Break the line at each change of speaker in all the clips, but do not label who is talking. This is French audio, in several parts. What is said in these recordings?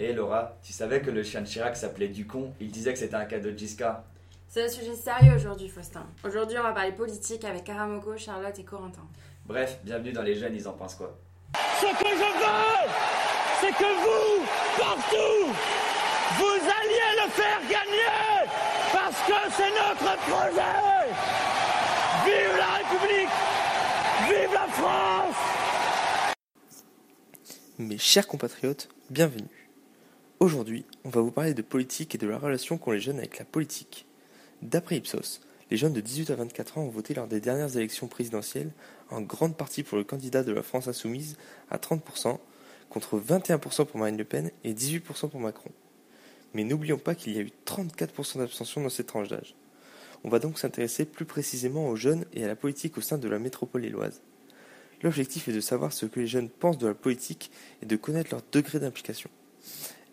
Eh, Laura, tu savais que le chien de Chirac s'appelait Ducon Il disait que c'était un cadeau de Giscard.
C'est un sujet sérieux aujourd'hui, Faustin. Aujourd'hui, on va parler politique avec Karamoko, Charlotte et Corentin.
Bref, bienvenue dans Les Jeunes, ils en pensent quoi
Ce que je veux, c'est que vous, partout, vous alliez le faire gagner Parce que c'est notre projet Vive la République Vive la France
Mes chers compatriotes, bienvenue. Aujourd'hui, on va vous parler de politique et de la relation qu'ont les jeunes avec la politique. D'après Ipsos, les jeunes de 18 à 24 ans ont voté lors des dernières élections présidentielles en grande partie pour le candidat de la France insoumise à 30%, contre 21% pour Marine Le Pen et 18% pour Macron. Mais n'oublions pas qu'il y a eu 34% d'abstention dans cette tranche d'âge. On va donc s'intéresser plus précisément aux jeunes et à la politique au sein de la métropole éloise. L'objectif est de savoir ce que les jeunes pensent de la politique et de connaître leur degré d'implication.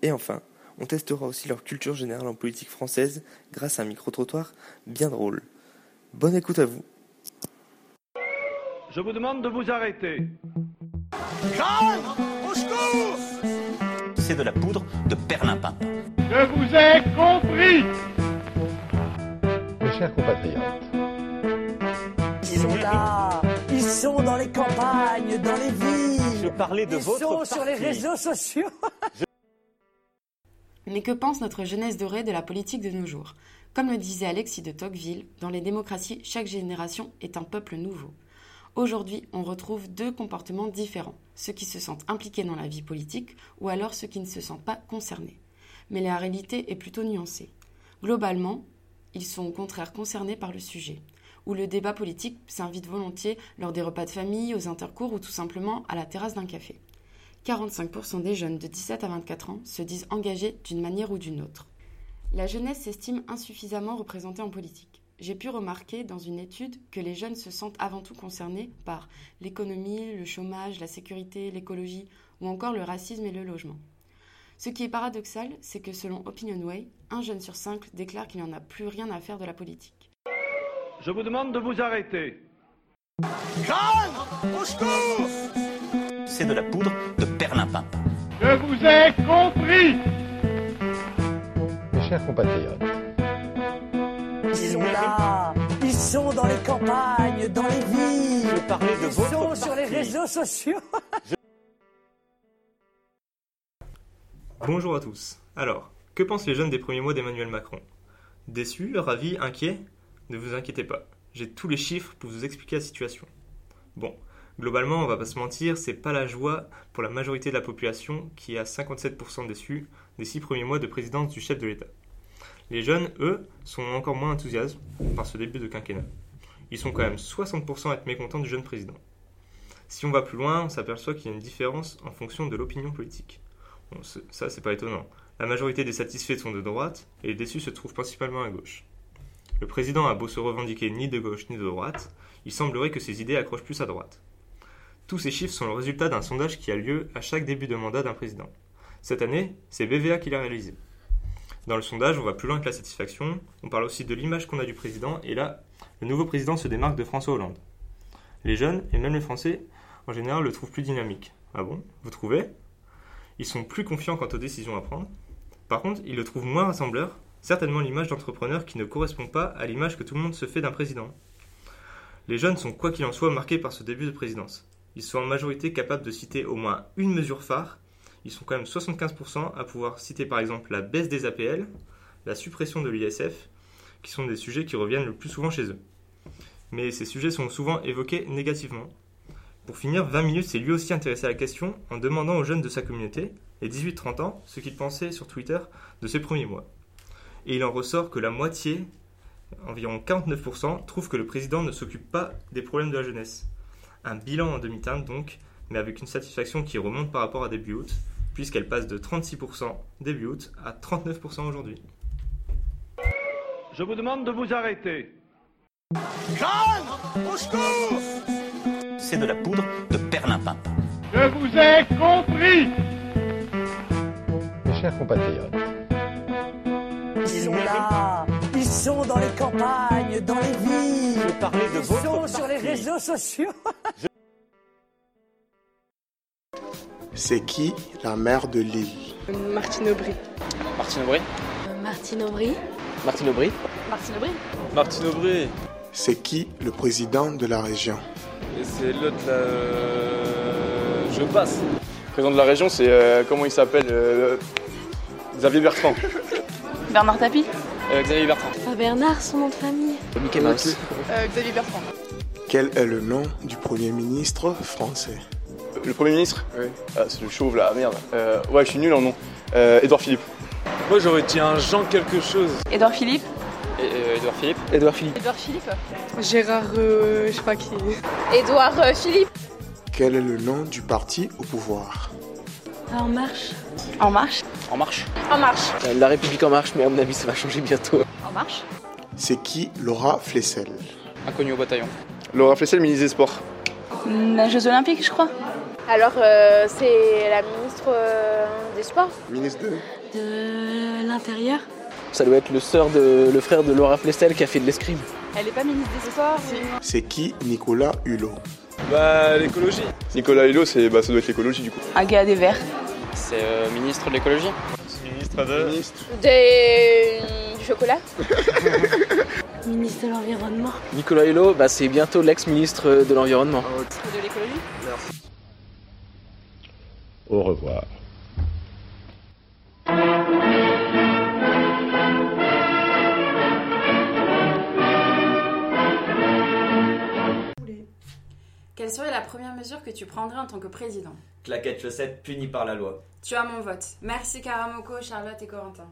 Et enfin, on testera aussi leur culture générale en politique française grâce à un micro-trottoir bien drôle. Bonne écoute à vous.
Je vous demande de vous arrêter.
Calme Au secours
c'est de la poudre de perlimpin.
Je vous ai compris
Mes chers compatriotes,
Ils sont là, ils sont dans les campagnes, dans les villes.
Je parlais de
ils
votre
sont sur les
parti.
réseaux sociaux.
Mais que pense notre jeunesse dorée de la politique de nos jours Comme le disait Alexis de Tocqueville, dans les démocraties, chaque génération est un peuple nouveau. Aujourd'hui, on retrouve deux comportements différents, ceux qui se sentent impliqués dans la vie politique ou alors ceux qui ne se sentent pas concernés. Mais la réalité est plutôt nuancée. Globalement, ils sont au contraire concernés par le sujet, où le débat politique s'invite volontiers lors des repas de famille, aux intercours ou tout simplement à la terrasse d'un café. 45% des jeunes de 17 à 24 ans se disent engagés d'une manière ou d'une autre. La jeunesse s'estime insuffisamment représentée en politique. J'ai pu remarquer dans une étude que les jeunes se sentent avant tout concernés par l'économie, le chômage, la sécurité, l'écologie ou encore le racisme et le logement. Ce qui est paradoxal, c'est que selon Opinionway, un jeune sur cinq déclare qu'il n'en a plus rien à faire de la politique.
Je vous demande de vous arrêter.
Calme Au secours
C'est de la poudre de perlimpin.
Je vous ai compris
mes chers compatriotes,
Ils sont là, ils sont dans les campagnes, dans les villes.
Je parlais de
Ils
votre
sont
parti.
sur les réseaux sociaux.
Bonjour à tous. Alors, que pensent les jeunes des premiers mots d'Emmanuel Macron Déçus, ravis, inquiets Ne vous inquiétez pas, j'ai tous les chiffres pour vous expliquer la situation. Bon, globalement, on va pas se mentir, c'est pas la joie pour la majorité de la population qui est à 57% déçue des six premiers mois de présidence du chef de l'État. Les jeunes, eux, sont encore moins enthousiastes par ce début de quinquennat. Ils sont quand même 60% à être mécontents du jeune président. Si on va plus loin, on s'aperçoit qu'il y a une différence en fonction de l'opinion politique. Bon, ce- ça, c'est pas étonnant. La majorité des satisfaits sont de droite et les déçus se trouvent principalement à gauche. Le président a beau se revendiquer ni de gauche ni de droite, il semblerait que ses idées accrochent plus à droite. Tous ces chiffres sont le résultat d'un sondage qui a lieu à chaque début de mandat d'un président. Cette année, c'est BVA qui l'a réalisé. Dans le sondage, on va plus loin que la satisfaction, on parle aussi de l'image qu'on a du président, et là, le nouveau président se démarque de François Hollande. Les jeunes, et même les Français, en général, le trouvent plus dynamique. Ah bon Vous trouvez ils sont plus confiants quant aux décisions à prendre. Par contre, ils le trouvent moins rassembleur, certainement l'image d'entrepreneur qui ne correspond pas à l'image que tout le monde se fait d'un président. Les jeunes sont quoi qu'il en soit marqués par ce début de présidence. Ils sont en majorité capables de citer au moins une mesure phare. Ils sont quand même 75% à pouvoir citer par exemple la baisse des APL, la suppression de l'ISF, qui sont des sujets qui reviennent le plus souvent chez eux. Mais ces sujets sont souvent évoqués négativement, pour finir, 20 minutes s'est lui aussi intéressé à la question en demandant aux jeunes de sa communauté, les 18-30 ans, ce qu'ils pensaient sur Twitter de ses premiers mois. Et il en ressort que la moitié, environ 49%, trouve que le président ne s'occupe pas des problèmes de la jeunesse. Un bilan en demi-teinte donc, mais avec une satisfaction qui remonte par rapport à début août, puisqu'elle passe de 36% début août à 39% aujourd'hui.
Je vous demande de vous arrêter.
Calme Au secours
C'est de la poudre de perlimpin.
Je vous ai compris
mes chers compatriotes,
Ils sont là, ils sont dans les campagnes, dans les villes.
Je parlais de
Ils
votre
sont sur les
parti.
réseaux sociaux.
C'est qui la mère de l'île
Martine Aubry.
Martine Aubry.
Martine Aubry.
Martine Aubry.
Martine Aubry.
Martine Aubry.
C'est qui le président de la région
Et c'est l'autre là. euh, Je passe. Le président de la région, c'est. euh, comment il s'appelle euh, Xavier Bertrand.
Bernard Tapie.
Euh, Xavier Bertrand.
Ah, Bernard, son nom de famille.
Mickey Mouse.
Euh, Xavier Bertrand.
Quel est le nom du premier ministre français
Le Premier ministre Ah, c'est le chauve là, merde. Euh, ouais, je suis nul en nom. Euh, Edouard Philippe. Moi j'aurais dit un Jean quelque chose.
Édouard Philippe.
Edouard Philippe. Edouard Philippe.
Édouard Philippe.
Gérard, euh, je sais pas qui.
Édouard euh, Philippe.
Quel est le nom du parti au pouvoir
En marche. En marche.
En marche.
En marche.
La République en marche, mais à mon avis ça va changer bientôt.
En marche.
C'est qui Laura Flessel
Inconnu au bataillon. Laura Flessel, ministre des Sports.
Jeux Olympiques, je crois.
Alors, c'est la ministre des Sports
Ministre de
De l'intérieur.
Ça doit être le, sœur de, le frère de Laura Flessel qui a fait de l'escrime.
Elle est pas ministre des Sports
C'est qui Nicolas Hulot
Bah l'écologie. Nicolas Hulot, c'est bah, ça doit être l'écologie du coup.
Aga des Verts.
C'est ministre de l'écologie. Ministre de.
Des. du chocolat
Ministre de l'Environnement.
Nicolas Hulot, bah, c'est bientôt l'ex-ministre de l'environnement.
Ministre de l'écologie.
Au revoir.
Quelle serait la première mesure que tu prendrais en tant que président
Claquette chaussette punie par la loi.
Tu as mon vote. Merci Karamoko, Charlotte et Corentin.